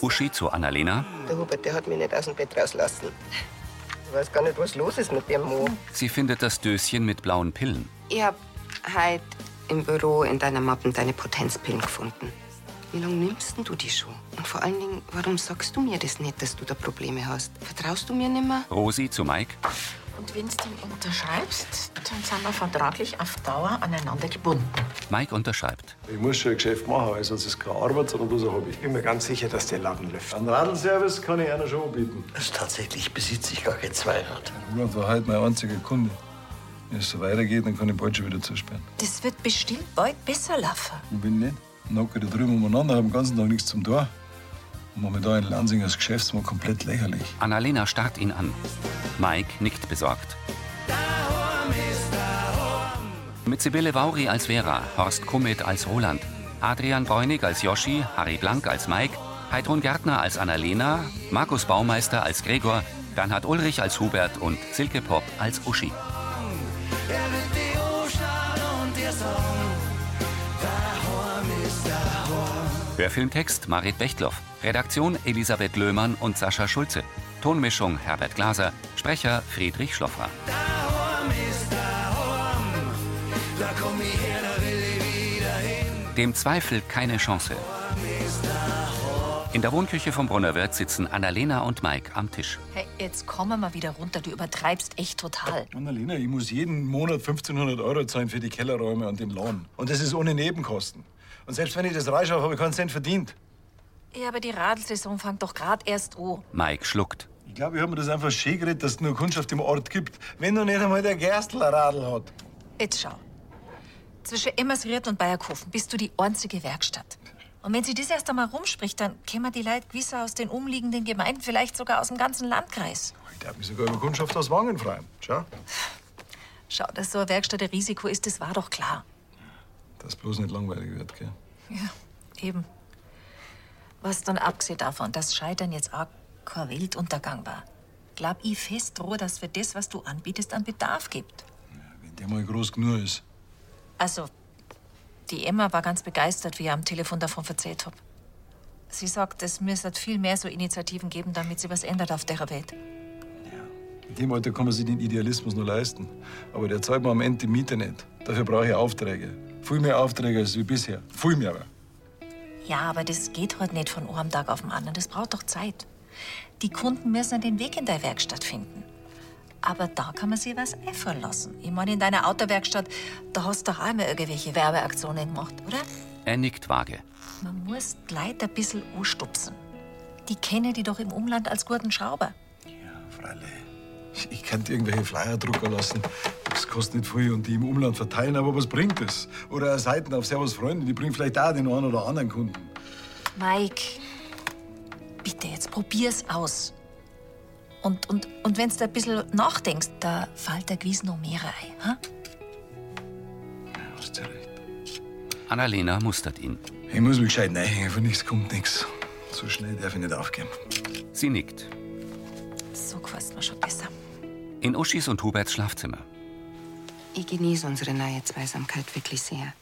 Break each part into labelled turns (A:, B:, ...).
A: Uschi zu Annalena.
B: Der Hubert, der hat mich nicht aus dem Bett rauslassen. Ich weiß gar nicht, was los ist mit dem Mo.
A: Sie findet das Döschen mit blauen Pillen.
B: Ich hab heute im Büro in deiner Mappen deine Potenzpillen gefunden. Wie lange nimmst denn du die schon? Und vor allen Dingen, warum sagst du mir das nicht, dass du da Probleme hast? Vertraust du mir nimmer?
A: Rosi zu Mike.
C: Und wenn du den unterschreibst, dann sind wir vertraglich auf Dauer aneinander gebunden.
A: Mike unterschreibt.
D: Ich muss schon ein Geschäft machen, weil sonst ist keine Arbeit, sondern bloß ein Hobby. Ich bin mir ganz sicher, dass der Laden läuft. Einen Radlservice kann ich einer schon anbieten.
E: Also tatsächlich besitze ich gar kein Zweirad.
D: Roland war halt mein einziger Kunde. Wenn es so weitergeht, dann kann ich bald schon wieder zusperren.
C: Das wird bestimmt bald besser laufen.
D: Und wenn nicht, dann hocke ich da drüben umeinander, habe den ganzen Tag nichts zum Tor. Und momentan in Lansing als Geschäftsmann komplett lächerlich.
A: Annalena starrt ihn an. Mike nickt besorgt. Mit Sibylle Vauri als Vera, Horst Kummet als Roland, Adrian Bräunig als Joschi, Harry Blank als Mike, Heidrun Gärtner als Annalena, Markus Baumeister als Gregor, Bernhard Ulrich als Hubert und Silke Pop als Uschi. Hörfilmtext Marit Bechtloff, Redaktion Elisabeth Löhmann und Sascha Schulze, Tonmischung Herbert Glaser, Sprecher Friedrich Schloffer. Dem Zweifel keine Chance. In der Wohnküche vom Brunnerwirt sitzen Annalena und Mike am Tisch.
C: Hey, jetzt komm mal wieder runter, du übertreibst echt total.
D: Annalena, ich muss jeden Monat 1500 Euro zahlen für die Kellerräume und den Lohn. Und das ist ohne Nebenkosten. Und selbst wenn ich das reinschaffe, habe ich keinen Cent verdient.
C: Ja, aber die Radlsaison fängt doch grad erst an.
A: Mike schluckt.
D: Ich glaube, ich habe mir das einfach schön geredet, dass es nur Kundschaft im Ort gibt, wenn noch nicht einmal der Gerstl ein Radl hat.
C: Jetzt schau. Zwischen Emmersried und Bayerkofen bist du die einzige Werkstatt. Und wenn sie das erst einmal rumspricht, dann kämen die Leute gewisser aus den umliegenden Gemeinden, vielleicht sogar aus dem ganzen Landkreis.
D: Oh, Ich darf mich sogar über Kundschaft aus Wangen freien. Schau,
C: Schau, dass so eine Werkstatt ein Risiko ist, das war doch klar.
D: dass bloß nicht langweilig wird, gell?
C: Ja, eben. Was dann abgesehen davon, dass Scheitern jetzt auch kein Weltuntergang war. Glaub ich fest, Roh, dass für das, was du anbietest, an Bedarf gibt.
D: Wenn der mal groß genug ist.
C: Also, die Emma war ganz begeistert, wie ich am Telefon davon erzählt hab. Sie sagt, es müsste viel mehr so Initiativen geben, damit sie was ändert auf der Welt.
D: In dem Alter kann man sich den Idealismus nur leisten. Aber der zahlt mir am Ende die Miete nicht. Dafür brauche ich Aufträge. Viel mehr Aufträge als wie bisher. Viel mehr. aber.
C: Ja, aber das geht heute nicht von einem Tag auf den anderen. Das braucht doch Zeit. Die Kunden müssen den Weg in deine Werkstatt finden. Aber da kann man sich was eifern lassen. Ich meine, in deiner Autowerkstatt, da hast du doch auch immer irgendwelche Werbeaktionen gemacht, oder?
A: Er nickt vage.
C: Man muss die Leute ein bisschen anstupsen. Die kennen die doch im Umland als guten Schrauber.
D: Freilich. Ich könnte irgendwelche Flyer drucken lassen. Das kostet nicht viel und die im Umland verteilen, aber was bringt es? Oder Seiten auf Servus Freunde, die bringen vielleicht auch den einen oder anderen Kunden.
C: Mike, bitte, jetzt probier's aus. Und, und, und wenn's da ein bisschen nachdenkst, da fällt der Gewiss noch mehr ein. Ha?
D: Hast du recht.
A: Annalena mustert ihn.
D: Ich muss mich gescheit einhängen, von nichts kommt nichts. So schnell darf ich nicht aufgeben.
A: Sie nickt.
C: So gefällt mir schon besser.
A: In Uschis und Huberts Schlafzimmer.
B: Ich genieße unsere neue Zweisamkeit wirklich sehr.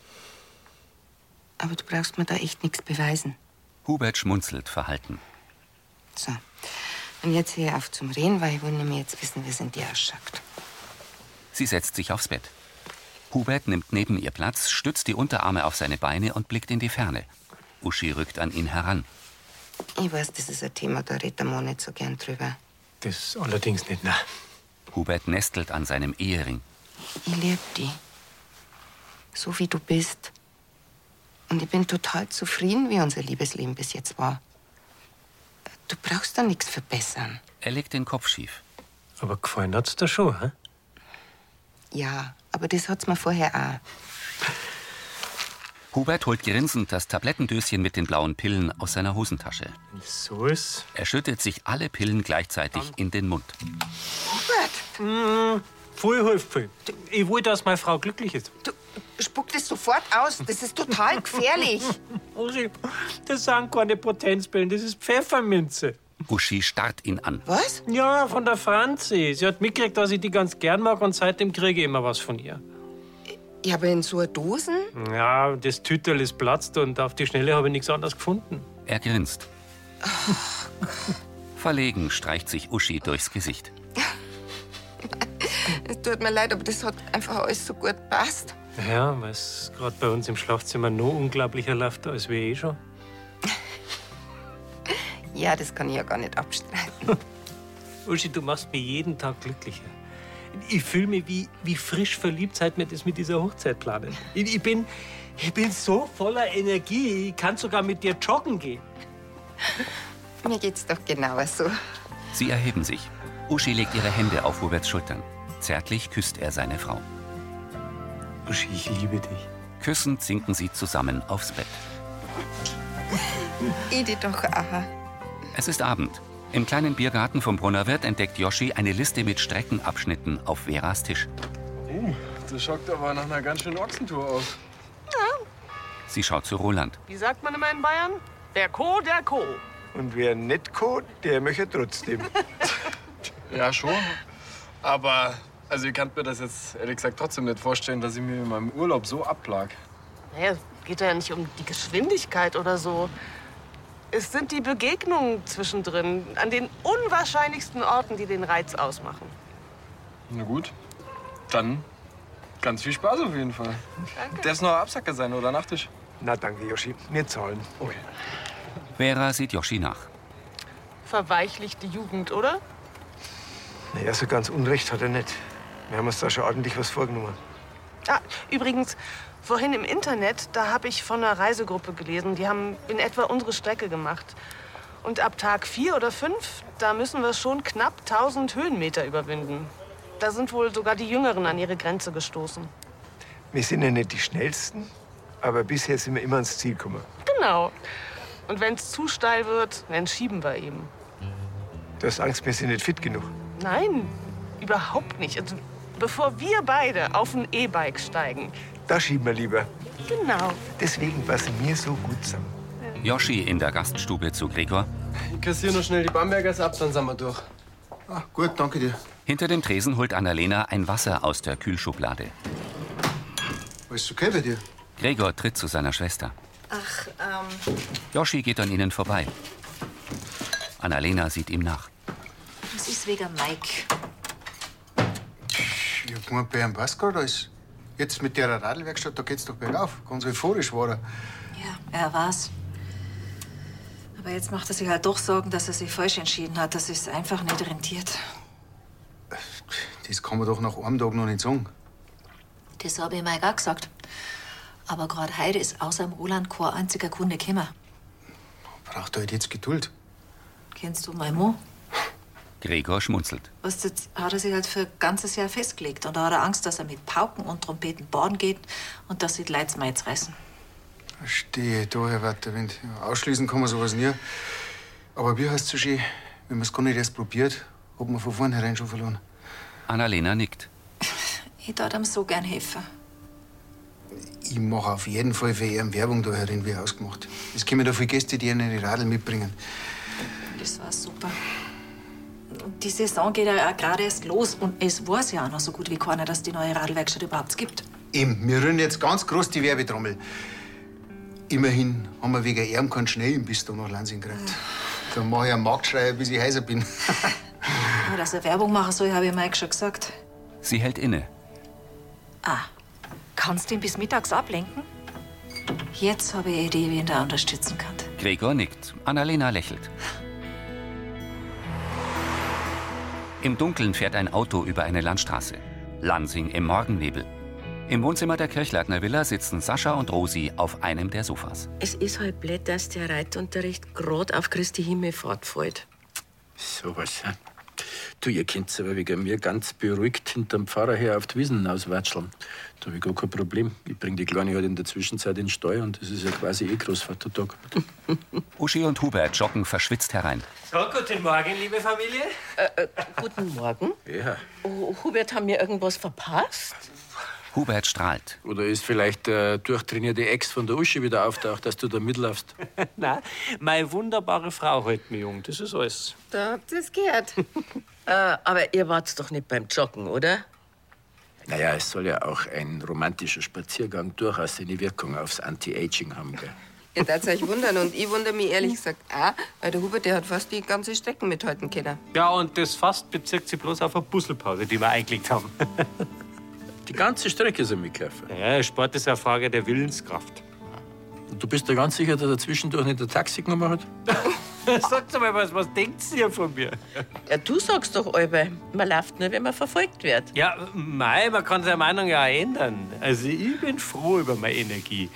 B: Aber du brauchst mir da echt nichts beweisen.
A: Hubert schmunzelt verhalten.
B: So. Und jetzt hör auf zum Reden, weil ich will nämlich jetzt wissen, wie es in dir ausschaut.
A: Sie setzt sich aufs Bett. Hubert nimmt neben ihr Platz, stützt die Unterarme auf seine Beine und blickt in die Ferne. Uschi rückt an ihn heran.
B: Ich weiß, das ist ein Thema, da redet der Mo nicht so gern drüber.
F: Das allerdings nicht, nein.
A: Hubert nestelt an seinem Ehering.
B: Ich liebe dich. So wie du bist. Und ich bin total zufrieden, wie unser Liebesleben bis jetzt war. Du brauchst da nichts verbessern.
A: Er legt den Kopf schief.
F: Aber gefallen hat's dir schon, hä?
B: Ja, aber das hat's mir vorher auch.
A: Hubert holt grinsend das Tablettendöschen mit den blauen Pillen aus seiner Hosentasche.
F: So ist.
A: Er schüttet sich alle Pillen gleichzeitig in den Mund.
B: Hubert,
F: Voll hilft viel. Ich will, dass meine Frau glücklich ist.
B: du spuck das sofort aus. Das ist total gefährlich.
F: Uschi, Oh, das sind keine Potenzbälle, das ist Pfefferminze.
A: Uschi starrt ihn an.
B: Was?
F: Ja, von der Franzi. Sie hat mitgekriegt, dass ich die ganz gern mag und seitdem kriege ich immer was von ihr.
B: Ja, aber in so einer Dosen?
F: Ja, das Tüterl ist platzt und auf die Schnelle habe ich nichts anderes gefunden.
A: Er grinst. Verlegen streicht sich Uschi durchs Gesicht.
B: Es tut mir leid, aber das hat einfach alles so gut passt.
F: Ja, weil es gerade bei uns im Schlafzimmer noch unglaublicher läuft als wir eh schon.
B: Ja, das kann ich ja gar nicht abstreiten.
F: Uschi, du machst mich jeden Tag glücklicher. Ich fühle mich wie, wie frisch verliebt, seit wir das mit dieser Hochzeit planen. Ich, ich, bin, ich bin so voller Energie, ich kann sogar mit dir joggen gehen.
B: Mir geht's doch genauer so.
A: Sie erheben sich. Uschi legt ihre Hände auf Huberts Schultern. Zärtlich küsst er seine Frau.
F: Uschi, ich liebe dich.
A: Küssend sinken sie zusammen aufs Bett.
B: Ich dich doch auch.
A: Es ist Abend. Im kleinen Biergarten vom Brunnerwirt entdeckt Joschi eine Liste mit Streckenabschnitten auf Veras Tisch.
D: Das schaut aber nach einer ganz schönen Ochsentour aus.
A: Sie schaut zu Roland.
G: Wie sagt man immer in Bayern? Der Co, der Co.
H: Und wer nicht kann, der möchte trotzdem.
I: Ja, schon. Aber also ich kann mir das jetzt ehrlich gesagt trotzdem nicht vorstellen, dass ich mir in meinem Urlaub so ablag.
G: Naja, geht ja nicht um die Geschwindigkeit oder so. Es sind die Begegnungen zwischendrin, an den unwahrscheinlichsten Orten, die den Reiz ausmachen.
I: Na gut, dann ganz viel Spaß auf jeden Fall. Danke. Darf es noch ein Absacker sein oder Nachtisch?
H: Na danke, Joschi. Wir zahlen.
A: Vera sieht Joschi nach.
G: Verweichlichte Jugend, oder?
H: Naja, so also ganz Unrecht hat er nicht. Wir haben uns da schon ordentlich was vorgenommen.
G: Ah, übrigens, vorhin im Internet, da habe ich von einer Reisegruppe gelesen. Die haben in etwa unsere Strecke gemacht. Und ab Tag vier oder fünf, da müssen wir schon knapp 1000 Höhenmeter überwinden. Da sind wohl sogar die Jüngeren an ihre Grenze gestoßen.
H: Wir sind ja nicht die Schnellsten, aber bisher sind wir immer ans Ziel gekommen.
G: Genau. Und wenn es zu steil wird, dann schieben wir eben.
H: Du hast Angst, wir sind nicht fit genug.
G: Nein, überhaupt nicht. Also, bevor wir beide auf ein E-Bike steigen.
H: Da schieben wir lieber.
G: Genau.
H: Deswegen passen wir so gut zusammen.
A: Joschi in der Gaststube zu Gregor.
I: Ich kassiere noch schnell die Bambergers ab, dann sind wir durch.
E: Ah, gut, danke dir.
A: Hinter dem Tresen holt Annalena ein Wasser aus der Kühlschublade.
E: Alles okay bei dir?
A: Gregor tritt zu seiner Schwester.
C: Ach, ähm,
A: Joschi geht an ihnen vorbei. Annalena sieht ihm nach.
C: das ist wegen Mike.
E: Ich hab gemeint, bei ihm passt grad alles. Jetzt mit der Radlwerkstatt, da geht's doch bergauf. Ganz euphorisch war er.
C: Ja, er war's. Aber jetzt macht er sich halt doch Sorgen, dass er sich falsch entschieden hat, dass es einfach nicht rentiert.
E: Das kann man doch nach einem Tag noch nicht sagen.
C: Das habe ich Mike auch gesagt. Aber gerade heute ist außer dem Roland kein einziger Kunde gekommen.
E: Braucht halt jetzt Geduld.
C: Kennst du mein Mo?
A: Gregor schmunzelt.
C: Was jetzt hat er sich halt für ein ganzes Jahr festgelegt. Und da hat er Angst, dass er mit Pauken und Trompeten baden geht und dass sie die Leute jetzt reißen.
E: Stehe da, Herr Watterwind. Ja, ausschließen kann man sowas nie. Aber wie heißt so schön, wenn man es gar nicht erst probiert, hat man von vornherein schon verloren.
A: Annalena nickt.
C: Ich tat ihm so gern helfen.
E: Ich mache auf jeden Fall für ihren Werbung da herin, wie ausgemacht. Es kommen da viele Gäste, die ihnen ihre Radl mitbringen.
C: Das war super. Und die Saison geht ja auch gerade erst los. Und es weiß ja auch noch so gut wie keiner, dass die neue Radlwerkstatt überhaupt gibt.
E: Eben, wir rühren jetzt ganz groß die Werbetrommel. Immerhin haben wir wegen Erm keinen Schnellimbiss da nach Lansing gekriegt. Da mache ich einen Marktschreier, bis ich heiser bin.
C: Aber dass er Werbung machen soll, habe ich Mike schon gesagt.
A: Sie hält inne.
C: Ah, kannst du ihn bis mittags ablenken? Jetzt habe ich eine Idee, wie ich ihn da unterstützen kann.
A: Gregor nickt. Annalena lächelt. Im Dunkeln fährt ein Auto über eine Landstraße. Lansing im Morgennebel. Im Wohnzimmer der Kirchleitner Villa sitzen Sascha und Rosi auf einem der Sofas.
J: Es ist halt blöd, dass der Reitunterricht gerade auf Christi Himmelfahrt fällt.
K: Sowas. Du, ihr könnt's aber wegen mir ganz beruhigt hinterm Pfarrer her auf die Wiesen auswatscheln. Da hab ich gar kein Problem. Ich bring die Kleine halt in der Zwischenzeit in den Stall und das ist ja quasi eh Großvatertag.
A: Uschi und Hubert joggen verschwitzt herein.
F: So, guten Morgen, liebe Familie.
J: Guten Morgen.
K: Ja.
J: Oh, Hubert, haben wir irgendwas verpasst?
A: Hubert strahlt.
K: Oder ist vielleicht äh, der durchtrainierte Ex von der Uschi wieder auftaucht, dass du da mitlaufst?
F: Na, meine wunderbare Frau hält mich jung, das ist alles.
J: Da habt ihr's gehört. äh, aber ihr wart's doch nicht beim Joggen, oder?
K: Naja, äh, es soll ja auch ein romantischer Spaziergang durchaus seine Wirkung aufs Anti-Aging haben. Gell?
B: Ihr werdet euch wundern und ich wundere mich ehrlich gesagt auch, weil der Hubert, der hat fast die ganze Strecken mithalten können.
F: Ja, und das fast bezirkt sich bloß auf eine Puzzlepause, die wir eingelegt haben.
K: Die ganze Strecke sind mitgelaufen.
F: Ja, Sport ist eine Frage der Willenskraft.
K: Und du bist dir ganz sicher, dass er zwischendurch nicht eine Taxignummer hat?
F: Sagt mal was, was denkt ihr von mir?
J: Ja, du sagst doch, Albe, man läuft nur, wenn man verfolgt wird.
F: Ja, mei, man kann seine Meinung ja auch ändern. Also ich bin froh über meine Energie.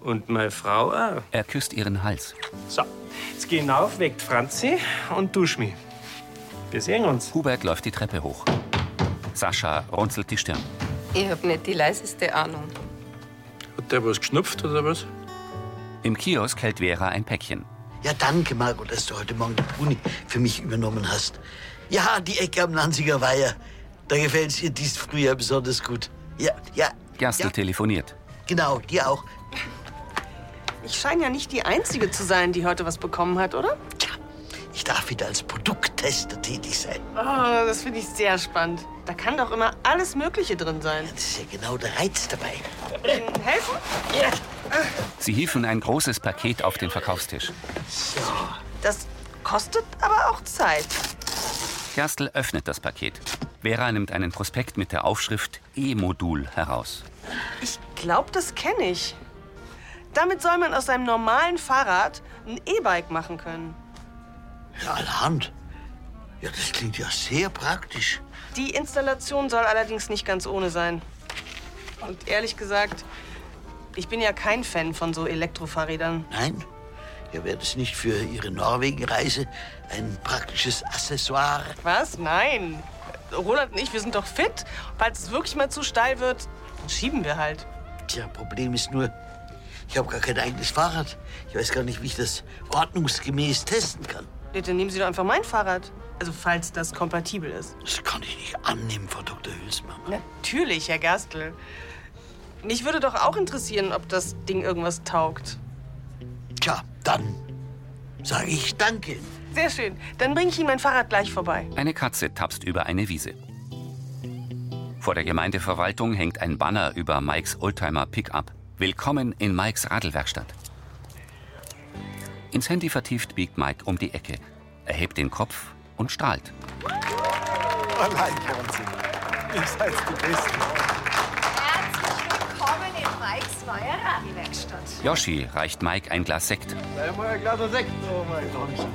F: Und meine Frau auch.
A: Er küsst ihren Hals.
F: So, jetzt geh hinauf, weckt Franzi und dusch mich. Wir sehen uns.
A: Hubert läuft die Treppe hoch. Sascha runzelt die Stirn.
B: Ich hab nicht die leiseste Ahnung.
K: Hat der was geschnupft oder was?
A: Im Kiosk hält Vera ein Päckchen.
L: Ja, danke, Marco, dass du heute Morgen den Bruni für mich übernommen hast. Ja, die Ecke am Lanziger Weiher. Da gefällt's dir dies Frühjahr besonders gut. Ja, ja,
A: Gerstl telefoniert.
L: genau, dir auch.
G: Ich scheine ja nicht die Einzige zu sein, die heute was bekommen hat, oder?
L: Ich darf wieder als Produkttester tätig sein.
G: Oh, das finde ich sehr spannend. Da kann doch immer alles Mögliche drin sein.
L: Das ist ja genau der Reiz dabei.
G: Helfen? Ja.
A: Sie hieven ein großes Paket auf den Verkaufstisch.
G: Das kostet aber auch Zeit.
A: Gerstl öffnet das Paket. Vera nimmt einen Prospekt mit der Aufschrift E-Modul heraus.
G: Ich glaube, das kenne ich. Damit soll man aus seinem normalen Fahrrad ein E-Bike machen können.
L: Ja, allerhand. Ja, das klingt ja sehr praktisch.
G: Die Installation soll allerdings nicht ganz ohne sein. Und ehrlich gesagt, ich bin ja kein Fan von so Elektrofahrrädern.
L: Nein? Ja, wäre das nicht für Ihre Norwegen-Reise ein praktisches Accessoire?
G: Was? Nein. Roland und ich, wir sind doch fit. Falls es wirklich mal zu steil wird, schieben wir halt.
L: Tja, Problem ist nur, ich habe gar kein eigenes Fahrrad. Ich weiß gar nicht, wie ich das ordnungsgemäß testen kann.
G: Ja, Dann nehmen Sie doch einfach mein Fahrrad. Also falls das kompatibel ist.
L: Das kann ich nicht annehmen, Frau Dr. Hülsmann.
M: Ne?
G: Natürlich, Herr Gerstl. Mich würde doch auch interessieren, ob das Ding irgendwas taugt.
L: Tja, dann sage ich danke.
G: Sehr schön. Dann bringe ich Ihnen mein Fahrrad gleich vorbei.
A: Eine Katze tapst über eine Wiese. Vor der Gemeindeverwaltung hängt ein Banner über Mikes Oldtimer Pickup. Willkommen in Mikes Radlwerkstatt. Ins Handy vertieft biegt Mike um die Ecke. Er hebt den Kopf und strahlt.
D: Allein, Wahnsinn. Ihr seid die Besten.
N: Willkommen in Mikes neuer Radwerkstatt.
A: Yoshi reicht Mike ein Glas Sekt.
N: Da mal ein Glas Sekt. Oh mein Gott.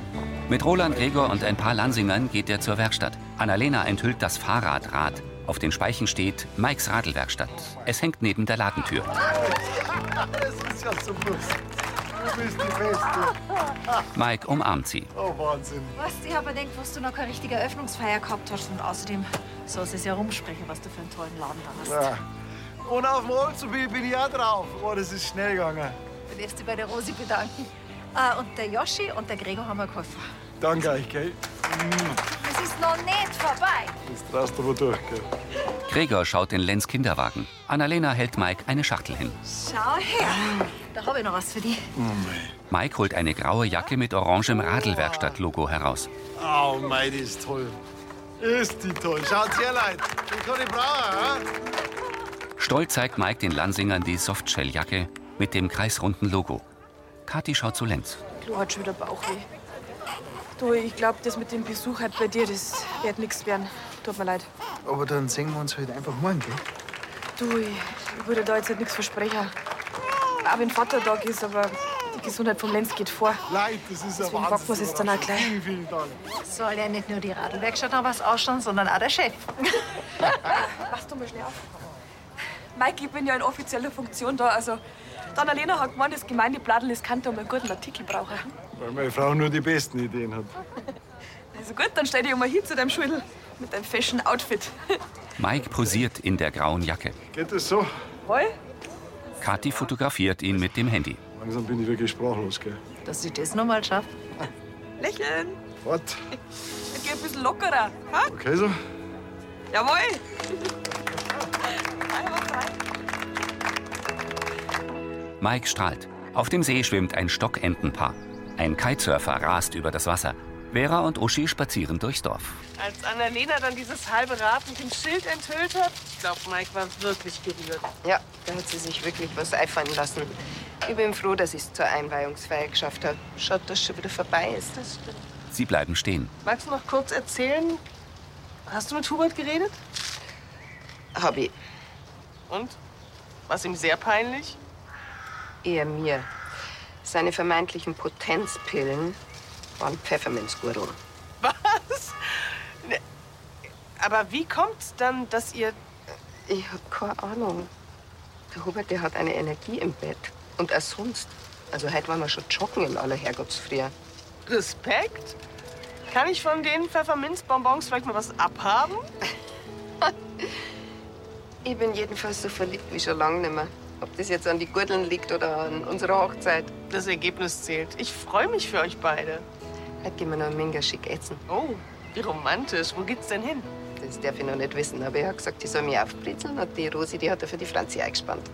A: Mit Roland Gregor und ein paar Lansingern geht er zur Werkstatt. Annalena enthüllt das Fahrradrad. Auf den Speichen steht Mikes Radlwerkstatt. Es hängt neben der Ladentür.
D: Das ist ja super. Du bist die Beste.
A: Mike umarmt sie.
D: Oh, Wahnsinn.
N: Was, ich habe denkt, was du noch keine richtige Eröffnungsfeier gehabt hast. Und außerdem soll es ja rumsprechen, was du für einen tollen Laden da hast.
D: Ja. Und auf dem Oldsmobile bin ich auch drauf. Oh, das ist schnell gegangen.
N: Du darfst dich bei der Rosi bedanken. Ah, und der Joschi und der Gregor haben mir geholfen.
D: Danke euch, gell?
N: Es ist noch nicht vorbei.
D: Das traust du wohl durch, gell?
A: Gregor schaut in Lens Kinderwagen. Annalena hält Mike eine Schachtel hin.
N: Schau her. Da habe ich noch was für dich.
A: Mike holt eine graue Jacke mit orangem Radlwerkstatt-Logo heraus.
D: Oh, mei, die ist toll. Ist die toll. Schaut's her, Leute. Die kann ich brauchen, hä?
A: Stolz zeigt Mike den Lansingern die Softshell-Jacke mit dem kreisrunden Logo. Kathi schaut zu Lenz.
M: Du hast schon wieder Bauchweh. Du, ich glaube, das mit dem Besuch halt bei dir, das wird nichts werden. Tut mir leid.
E: Aber dann sehen wir uns heute einfach morgen, gell?
M: Du, ich ich würde da jetzt halt nichts versprechen. Auch wenn Vatertag ist, aber die Gesundheit vom Lenz geht vor.
D: Leid, das ist
M: Deswegen packen wir es jetzt dann auch gleich.
D: Vielen, vielen Dank.
N: Soll ja nicht nur die Radlwerkstatt noch was ausschauen, sondern auch der Chef.
M: Machst du mal schnell auf. Mike, ich bin ja in offizieller Funktion da, also... Dann Alena hat gemeint, das Gemeindeblattl, das kann da mal einen guten Artikel brauchen.
D: Weil meine Frau nur die besten Ideen hat.
M: Also gut, dann stell dich mal hin zu deinem Schwindel mit deinem fashion Outfit.
A: Mike posiert in der grauen Jacke.
D: Geht das so?
M: Voll?
A: Kathi fotografiert ihn mit dem Handy.
D: Langsam bin ich wirklich sprachlos, gell?
C: Dass ich das nochmal schaffe.
M: Lächeln.
D: Fort.
M: Jetzt geh ein bisschen lockerer. Ha?
D: Okay, so?
M: Jawohl.
A: Mike strahlt. Auf dem See schwimmt ein Stockentenpaar. Ein Kitesurfer rast über das Wasser. Vera und Uschi spazieren durchs Dorf.
G: Als Annalena dann dieses halbe Rad mit dem Schild enthüllt hat, ich glaube, Mike war wirklich gerührt.
B: Ja, da hat sie sich wirklich was eifern lassen. Ich bin froh, dass ich es zur Einweihungsfeier geschafft habe. Schaut, dass schon wieder vorbei ist. Das stimmt.
A: Sie bleiben stehen.
G: Magst du noch kurz erzählen? Hast du mit Hubert geredet?
B: Hab ich.
G: Und? War es ihm sehr peinlich?
B: Eher mir. Seine vermeintlichen Potenzpillen waren Pfefferminzgurdeln.
G: Was? Ne, Aber wie kommt's dann, dass ihr.
B: Ich hab keine Ahnung. Der Hubert, der hat eine Energie im Bett. Und auch sonst. Also heute waren wir schon joggen in aller Herrgottsfrier.
G: Respekt? Kann ich von den Pfefferminzbonbons vielleicht mal was abhaben?
B: Ich bin jedenfalls so verliebt wie schon lange nicht mehr. Ob das jetzt an die Gurteln liegt oder an unserer Hochzeit.
G: Das Ergebnis zählt. Ich freue mich für euch beide.
B: Heute gehen wir noch mega schick essen.
G: Oh, wie romantisch. Wo geht's denn hin?
B: Das darf ich noch nicht wissen, aber ich habe gesagt, ich soll mich aufbrezeln und die Rosi, die hat er für die Franzi eingespannt.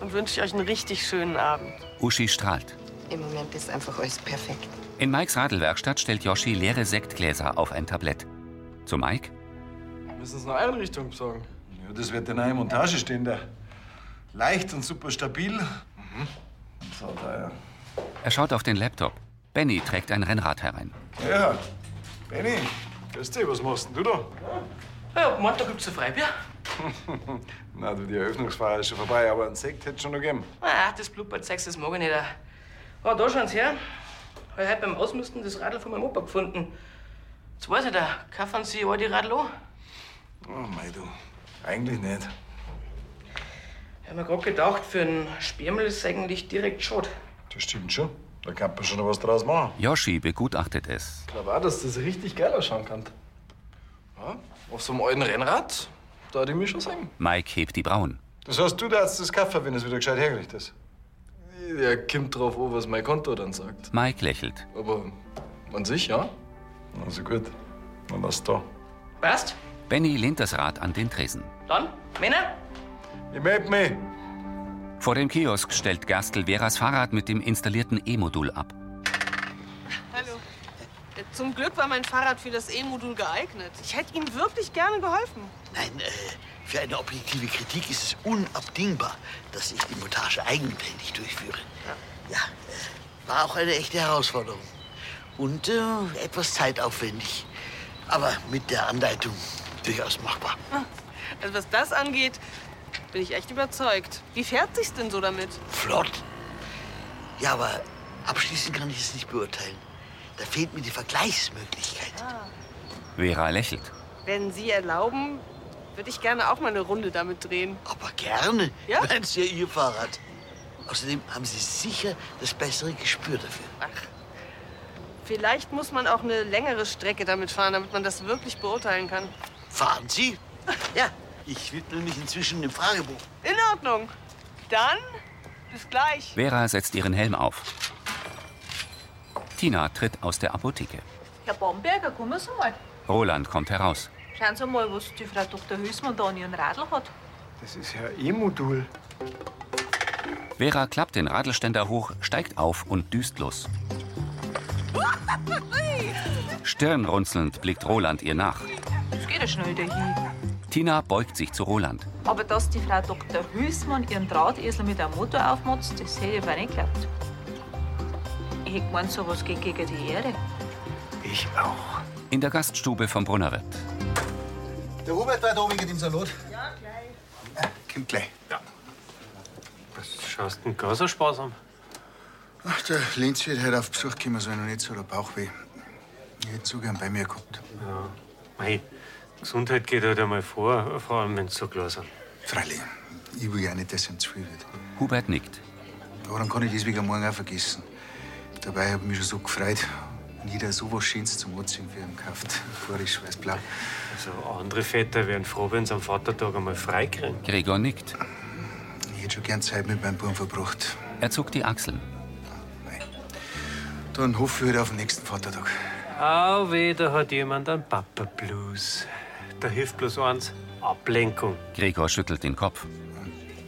G: Und wünsche euch einen richtig schönen Abend.
A: Uschi strahlt.
B: Im Moment ist einfach alles perfekt.
A: In Mikes Radlwerkstatt stellt Yoshi leere Sektgläser auf ein Tablett. Zu Mike?
D: Wir müssen uns eine Einrichtung besorgen. Ja, das wird in einer Montage stehen, da. Leicht und super stabil. Mhm. So, da
A: Er schaut auf den Laptop. Benny trägt ein Rennrad herein.
D: ja. Ja, Benni, grüß dich, was machst denn du da?
O: Ja, Montag gibt's ein Freibier.
D: Na, du, die Eröffnungsfeier ist schon vorbei, aber einen Sekt hätte schon noch gegeben.
O: Ah, das Blutbad sagst das mag ich nicht. Ah, da schauen's her. Hab Ich hab beim Ausmisten das Radl von meinem Opa gefunden. Jetzt weiß ich da, kaffern Sie all die Radl an?
D: Oh, mei, du. Eigentlich nicht.
O: Ich hab mir grad gedacht, für einen Spermel ist eigentlich direkt schad.
D: Das stimmt schon. Da kann man schon noch was draus machen.
A: Yoshi begutachtet es.
I: Ich glaube auch, dass das richtig geil ausschauen kann. Ja, auf so einem alten Rennrad, da hätte ich mich schon sagen.
A: Mike hebt die Brauen.
D: Das heißt, du darfst das Kaffee, wenn es wieder gescheit hergerichtet ist.
I: Der kommt drauf an, was mein Konto dann sagt.
A: Mike lächelt.
I: Aber an sich, ja.
D: Also gut, dann lass da.
O: Passt?
A: Benny lehnt das Rad an den Tresen.
O: Dann, Männer?
D: Ich meld mich.
A: Vor dem Kiosk stellt Gerstl Veras Fahrrad mit dem installierten E-Modul ab.
G: Hallo. Zum Glück war mein Fahrrad für das E-Modul geeignet. Ich hätte Ihnen wirklich gerne geholfen.
L: Nein, äh, für eine objektive Kritik ist es unabdingbar, dass ich die Montage eigenständig durchführe. Ja, äh, war auch eine echte Herausforderung. Und äh, etwas zeitaufwendig. Aber mit der Anleitung durchaus machbar.
G: Also was das angeht, bin ich echt überzeugt. Wie fährt sich's denn so damit?
L: Flott. Ja, aber abschließend kann ich es nicht beurteilen. Da fehlt mir die Vergleichsmöglichkeit.
A: Vera lächelt.
G: Wenn Sie erlauben, würde ich gerne auch mal eine Runde damit drehen.
L: Aber Gerne.
G: Ja?
L: Wenn es ja Ihr Fahrrad. Außerdem haben Sie sicher das bessere Gespür dafür.
G: Vielleicht muss man auch eine längere Strecke damit fahren, damit man das wirklich beurteilen kann.
L: Fahren Sie? Ja. Ich widme mich inzwischen dem Fahrgebuch.
G: In Ordnung. Dann bis gleich.
A: Vera setzt ihren Helm auf. Tina tritt aus der Apotheke.
P: Herr Bamberger, kommen Sie mal.
A: Roland kommt heraus.
P: Schauen Sie mal, was die Frau Dr. Hülsmann da an ihren Radl hat.
H: Das ist ja eh E-Modul.
A: Vera klappt den Radlständer hoch, steigt auf und düst los. Stirnrunzelnd blickt Roland ihr nach.
P: Das geht ja schnell dahin.
A: Tina beugt sich zu Roland.
P: Aber dass die Frau Dr. Hülsmann ihren Drahtesel mit einem Motor aufmotzt, das hätte ich aber nicht geglaubt. Ich hätte gemeint, sowas geht gegen die Ehre.
A: Ich auch. In der Gaststube vom Brunnerwirt.
E: Der Hubert war da wegen dem Salat.
P: Ja, gleich.
E: Kommt gleich.
F: Was schaust denn gar so sparsam?
E: Ach, der Lenz wird heute auf Besuch kommen, soll noch nicht so der Bauchweh. Ich hätte so gern bei mir gehabt.
F: Ja. Mei, Gesundheit geht halt einmal vor, vor allem wenn's so klar sind.
E: Freilich, ich will ja nicht, dass ihm zu viel wird.
A: Hubert nickt.
E: Aber dann kann ich das wegen morgen auch vergessen. Dabei habe ich mich schon so gefreut. Und jeder so was Schönes zum Anziehen für ihn gekauft. Furisch, weiß blau.
F: Also andere Väter wären froh, wenn sie am Vatertag einmal frei kriegen.
A: Gregor nickt.
E: Ich hätte schon gern Zeit mit meinem Buben verbracht.
A: Er zuckt die Achseln.
E: Dann hoffe ich heute auf den nächsten Vatertag.
F: Au weh, da hat jemand einen Papa-Blues. Da hilft bloß eins, Ablenkung.
A: Gregor schüttelt den Kopf.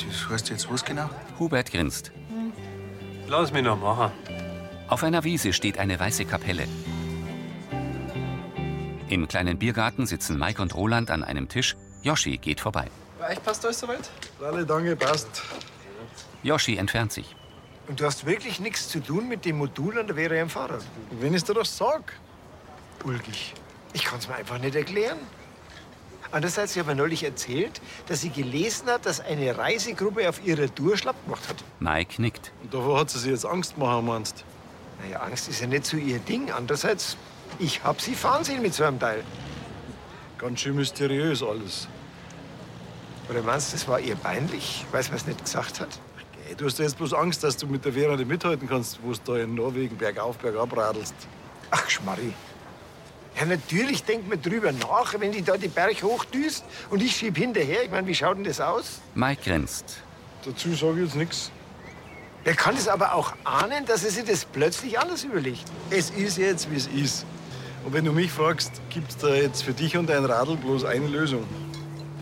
E: Das heißt jetzt was genau?
A: Hubert grinst.
F: Lass mich noch machen.
A: Auf einer Wiese steht eine weiße Kapelle. Im kleinen Biergarten sitzen Mike und Roland an einem Tisch. Yoshi geht vorbei.
I: Bei euch passt alles soweit?
D: Alle Danke, passt.
A: Yoshi entfernt sich.
H: Und du hast wirklich nichts zu tun mit dem Modul an der WRM Fahrrad.
D: Wenn ich dir das sag.
H: Ulgich, ich kann es mir einfach nicht erklären. Andererseits, ich habe mir neulich erzählt, dass sie gelesen hat, dass eine Reisegruppe auf ihrer Tour schlapp gemacht hat.
A: Mike nickt.
D: Und davor hat sie sich jetzt Angst machen, meinst
H: Naja, Angst ist ja nicht so ihr Ding. Andererseits, ich hab sie fahren sehen mit so einem Teil.
D: Ganz schön mysteriös alles.
H: Oder meinst du, das war ihr peinlich, weil sie es nicht gesagt hat?
D: Ey, du hast ja jetzt bloß Angst, dass du mit der Vera nicht mithalten kannst, wo du da in Norwegen bergauf, bergab radelst.
H: Ach, Schmarri. Ja, natürlich denkt man drüber nach, wenn die da die Berg hochdüst und ich schieb hinterher. Ich meine, wie schaut denn das aus?
A: Mike grinst.
D: Dazu sage ich jetzt nichts.
H: Wer kann es aber auch ahnen, dass er sich das plötzlich alles überlegt?
D: Es ist jetzt, wie es ist. Und wenn du mich fragst, gibt's da jetzt für dich und dein Radl bloß eine Lösung.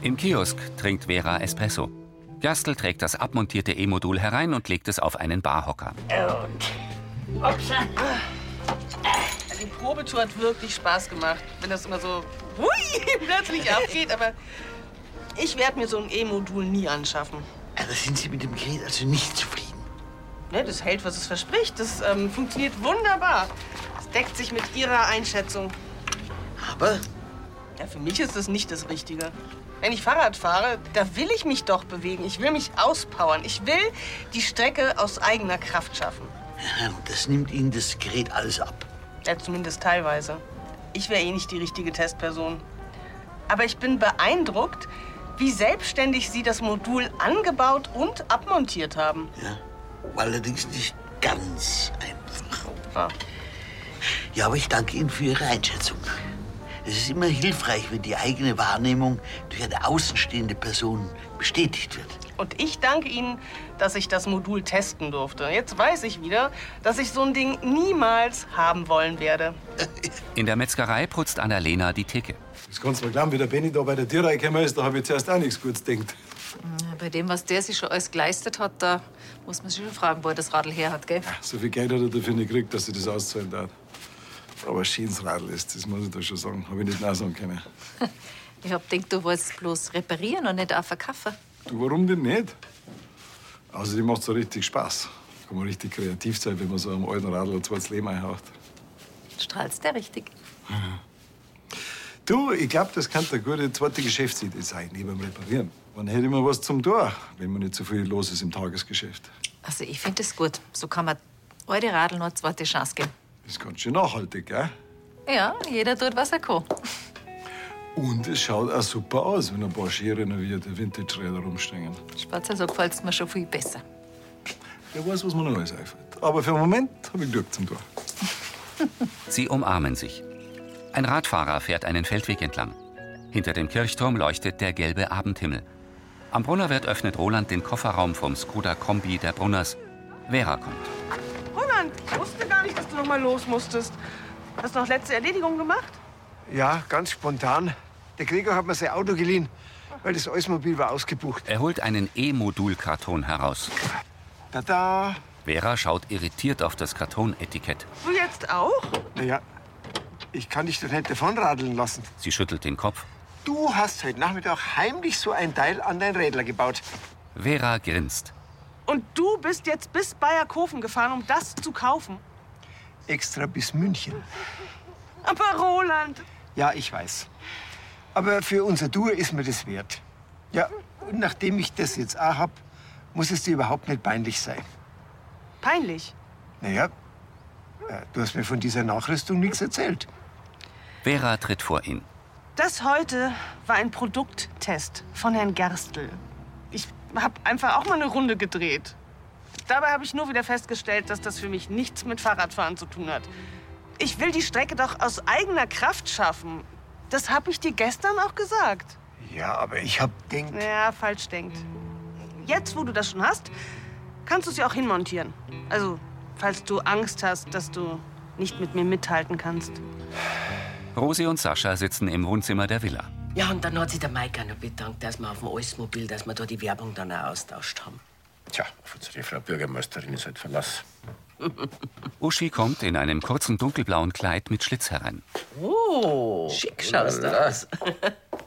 A: Im Kiosk trinkt Vera Espresso. Gerstl trägt das abmontierte E-Modul herein und legt es auf einen Barhocker.
O: Und. Upsa.
G: Also
P: Die Probetour hat wirklich Spaß gemacht, wenn das immer so hui, plötzlich abgeht. Aber ich werde mir so ein E-Modul nie anschaffen.
L: Also sind Sie mit dem Gerät also nicht zufrieden?
P: Ne, das hält, was es verspricht. Das ähm, funktioniert wunderbar. Das deckt sich mit Ihrer Einschätzung.
L: Aber?
P: Ja, für mich ist das nicht das Richtige. Wenn ich Fahrrad fahre, da will ich mich doch bewegen. Ich will mich auspowern. Ich will die Strecke aus eigener Kraft schaffen.
L: Ja, und Das nimmt Ihnen das Gerät alles ab.
P: Ja, zumindest teilweise. Ich wäre eh nicht die richtige Testperson. Aber ich bin beeindruckt, wie selbstständig Sie das Modul angebaut und abmontiert haben.
L: Allerdings nicht ganz
P: Ah.
L: einfach. Ja, aber ich danke Ihnen für Ihre Einschätzung. Es ist immer hilfreich, wenn die eigene Wahrnehmung durch eine außenstehende Person bestätigt wird.
P: Und ich danke Ihnen, dass ich das Modul testen durfte. Jetzt weiß ich wieder, dass ich so ein Ding niemals haben wollen werde.
A: In der Metzgerei putzt Annalena die Theke.
D: Das kannst du mir glauben, wie der Benny da bei der Tierei gekommen ist, da habe ich zuerst auch nichts Gutes gedacht.
Q: Ja, Bei dem, was der sich schon alles geleistet hat, da muss man sich schon fragen, wo er das Radl her hat, gell?
D: So viel Geld hat er dafür nicht gekriegt, dass sie das auszahlen darf. Aber ein schönes Radl ist, das muss ich da schon sagen. Habe ich nicht nachsagen können.
Q: Ich hab gedacht, du wolltest bloß reparieren und nicht auch verkaufen.
D: Du, warum denn nicht? Außerdem macht es so richtig Spaß. Kann man richtig kreativ sein, wenn man so einem alten Radl ein zweites Leben einhaucht.
Q: Strahlst der richtig?
D: Du, ich glaube, das kann eine gute zweite Geschäftsidee sein, neben dem Reparieren. Man hätte immer was zum Tor, wenn man nicht so viel los ist im Tagesgeschäft.
Q: Also, ich finde es gut. So kann man alte Radl noch eine zweite Chance geben.
D: Das ist ganz schön nachhaltig, gell?
Q: Ja, jeder tut, was er kann.
D: Und es schaut auch super aus, wenn ein paar schön renovierte Vintage-Räder rumstehen.
Q: Spazier, so gefällt Also, mir schon viel besser.
D: Wer weiß, was mir noch alles einfällt. Aber für den Moment habe ich Glück zum Tor.
A: Sie umarmen sich. Ein Radfahrer fährt einen Feldweg entlang. Hinter dem Kirchturm leuchtet der gelbe Abendhimmel. Am Brunnerwirt öffnet Roland den Kofferraum vom Skoda Kombi der Brunners. Vera kommt.
G: Roland, ich wusste gar nicht, dass du noch mal los musstest. Hast du noch letzte Erledigung gemacht?
H: Ja, ganz spontan. Der Gregor hat mir sein Auto geliehen, weil das Eusmobil war ausgebucht.
A: Er holt einen E-Modul-Karton heraus.
H: Tada!
A: Vera schaut irritiert auf das Kartonetikett.
H: Du jetzt auch? Naja, ich kann dich doch nicht davonradeln lassen.
A: Sie schüttelt den Kopf.
H: Du hast heute Nachmittag heimlich so ein Teil an dein Rädler gebaut.
A: Vera grinst.
G: Und du bist jetzt bis Bayerkofen gefahren, um das zu kaufen.
H: Extra bis München.
G: Aber Roland,
H: Ja, ich weiß. Aber für unser Tour ist mir das wert. Ja, und nachdem ich das jetzt auch hab, muss es dir überhaupt nicht peinlich sein.
G: peinlich.
H: Naja, äh, du hast mir von dieser Nachrüstung nichts erzählt.
A: Vera tritt vor ihn.
G: Das heute war ein Produkttest von Herrn Gerstl. Ich habe einfach auch mal eine Runde gedreht. Dabei habe ich nur wieder festgestellt, dass das für mich nichts mit Fahrradfahren zu tun hat. Ich will die Strecke doch aus eigener Kraft schaffen. Das habe ich dir gestern auch gesagt.
H: Ja, aber ich hab denkt.
G: Ja, falsch denkt. Jetzt, wo du das schon hast, kannst du sie auch hinmontieren. Also, falls du Angst hast, dass du nicht mit mir mithalten kannst.
A: Rosi und Sascha sitzen im Wohnzimmer der Villa.
J: Ja, und dann hat sich der Mike auch noch bedankt, dass wir auf dem Eismobil, dass wir da die Werbung dann auch austauscht haben.
K: Tja, auf unsere Frau Bürgermeisterin ist halt Verlass.
A: Uschi kommt in einem kurzen dunkelblauen Kleid mit Schlitz herein.
J: Oh, schick schaust du
A: lala.
J: aus.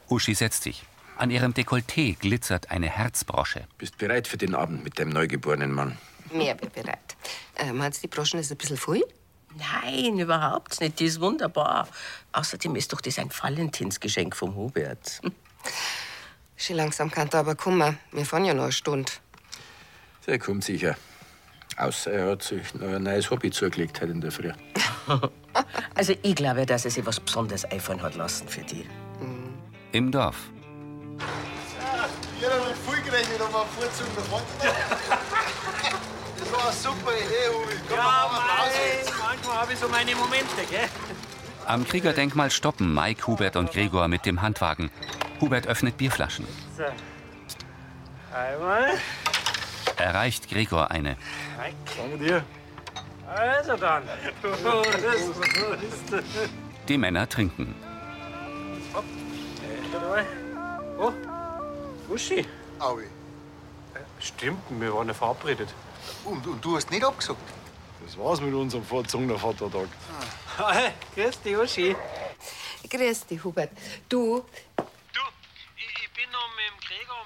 A: Uschi setzt sich. An ihrem Dekolleté glitzert eine Herzbrosche.
K: Bist bereit für den Abend mit dem neugeborenen Mann?
B: Mehr wie bereit. Äh, meinst du, die Broschen ist ein bisschen voll?
J: Nein, überhaupt nicht. Die ist wunderbar. Außerdem ist doch das ein Valentinsgeschenk vom Hubert.
B: Schon langsam kann da aber kommen. Wir fahren ja noch eine Stunde.
K: Der kommt sicher. Außer er hat sich noch ein neues Hobby zugelegt heute in der Früh.
J: Also ich glaube, dass er sich was Besonderes einfallen hat lassen für die.
A: Im Dorf.
E: Ich hab damit viel gerechnet, aber einen Vorzug nach Montag. Das war eine super Idee, Uwe.
F: Ja,
E: Komm, wir machen einen Applaus.
F: mei, manchmal habe ich so meine Momente, gell?
A: Am Kriegerdenkmal stoppen Mike, Hubert und Gregor mit dem Handwagen. Hubert öffnet Bierflaschen.
F: So. Einmal.
A: Erreicht Gregor eine.
F: Danke dir. Also dann. Prost, Prost.
A: Die Männer trinken.
F: Warte mal. Oh, Uschi. Aui. Stimmt, wir waren ja verabredet.
E: Und, und du hast nicht abgesagt?
D: Das war's mit unserem vorzogenen Vatertag.
F: Hi, Ah, grüß dich, Uschi.
B: Grüß dich, Hubert. Du,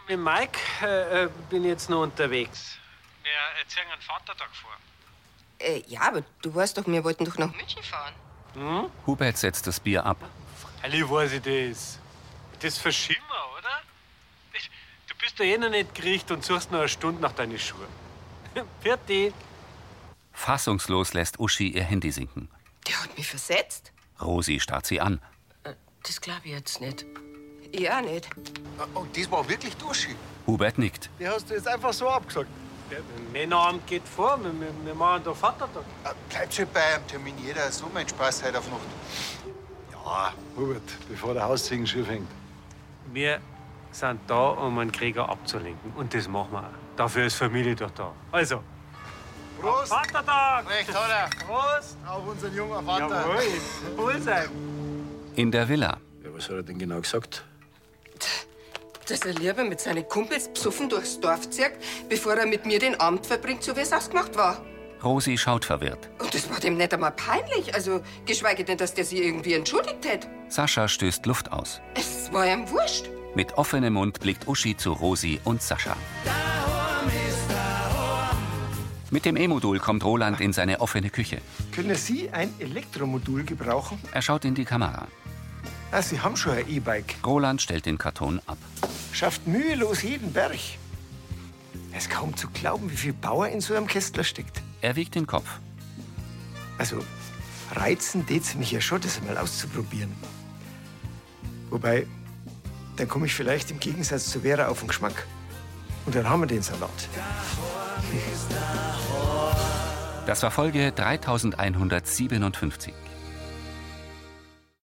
F: Mit Mike äh, äh, bin ich jetzt noch unterwegs. Wir erzählen einen Vatertag vor.
B: äh, ja, aber du weißt doch, wir wollten doch nach München fahren.
F: Hm?
A: Hubert setzt das Bier ab.
F: Alle weiß ich das. Das verschieben wir, oder? Du bist doch eh noch nicht gericht und suchst noch eine Stunde nach deinen Schuhen. Pfiat
A: Fassungslos lässt Uschi ihr Handy sinken.
B: Der hat mich versetzt.
A: Rosi starrt sie an.
J: Das glaube ich jetzt nicht.
B: Ja, nicht.
E: Äh, Und das war wirklich du, Uschi?
A: Hubert nickt.
F: Die hast du jetzt einfach so abgesagt. Der Männeramt geht vor, wir, wir, wir machen doch Vatertag.
E: Äh, Bleib schon bei einem Termin. Jeder hat so meinen Spaß heute auf Nacht.
D: Ja, Hubert, bevor der Haussegen schief hängt.
F: Wir sind da, um einen Krieger abzulenken. Und das machen wir auch. Dafür ist Familie doch da. Also,
E: Prost!
F: Vatertag!
E: Recht hat er.
F: Prost!
E: Auf unseren jungen Vater.
F: Jawohl. Bullseye.
A: In der Villa.
K: Ja, was hat er denn genau gesagt?
B: Dass er lieber mit seinen Kumpels psuffen durchs Dorf zirkt, bevor er mit mir den Abend verbringt, so wie es ausgemacht war.
A: Rosi schaut verwirrt.
B: Und das war dem nicht einmal peinlich. Also, geschweige denn, dass der sie irgendwie entschuldigt hätte.
A: Sascha stößt Luft aus.
B: Es war ihm wurscht.
A: Mit offenem Mund blickt Uschi zu Rosi und Sascha. Mit dem E-Modul kommt Roland in seine offene Küche.
H: Können Sie ein äh, Elektromodul gebrauchen?
A: Er schaut in die Kamera.
H: Ah, Sie haben schon ein E-Bike.
A: Roland stellt den Karton ab.
H: Schafft mühelos jeden Berg. Es ist kaum zu glauben, wie viel Power in so einem Kästler steckt.
A: Er wiegt den Kopf.
H: Also, reizen tät's mich ja schon, das mal auszuprobieren. Wobei, dann komme ich vielleicht im Gegensatz zu Vera auf den Geschmack. Und dann haben wir den Salat.
A: Das war Folge 3157.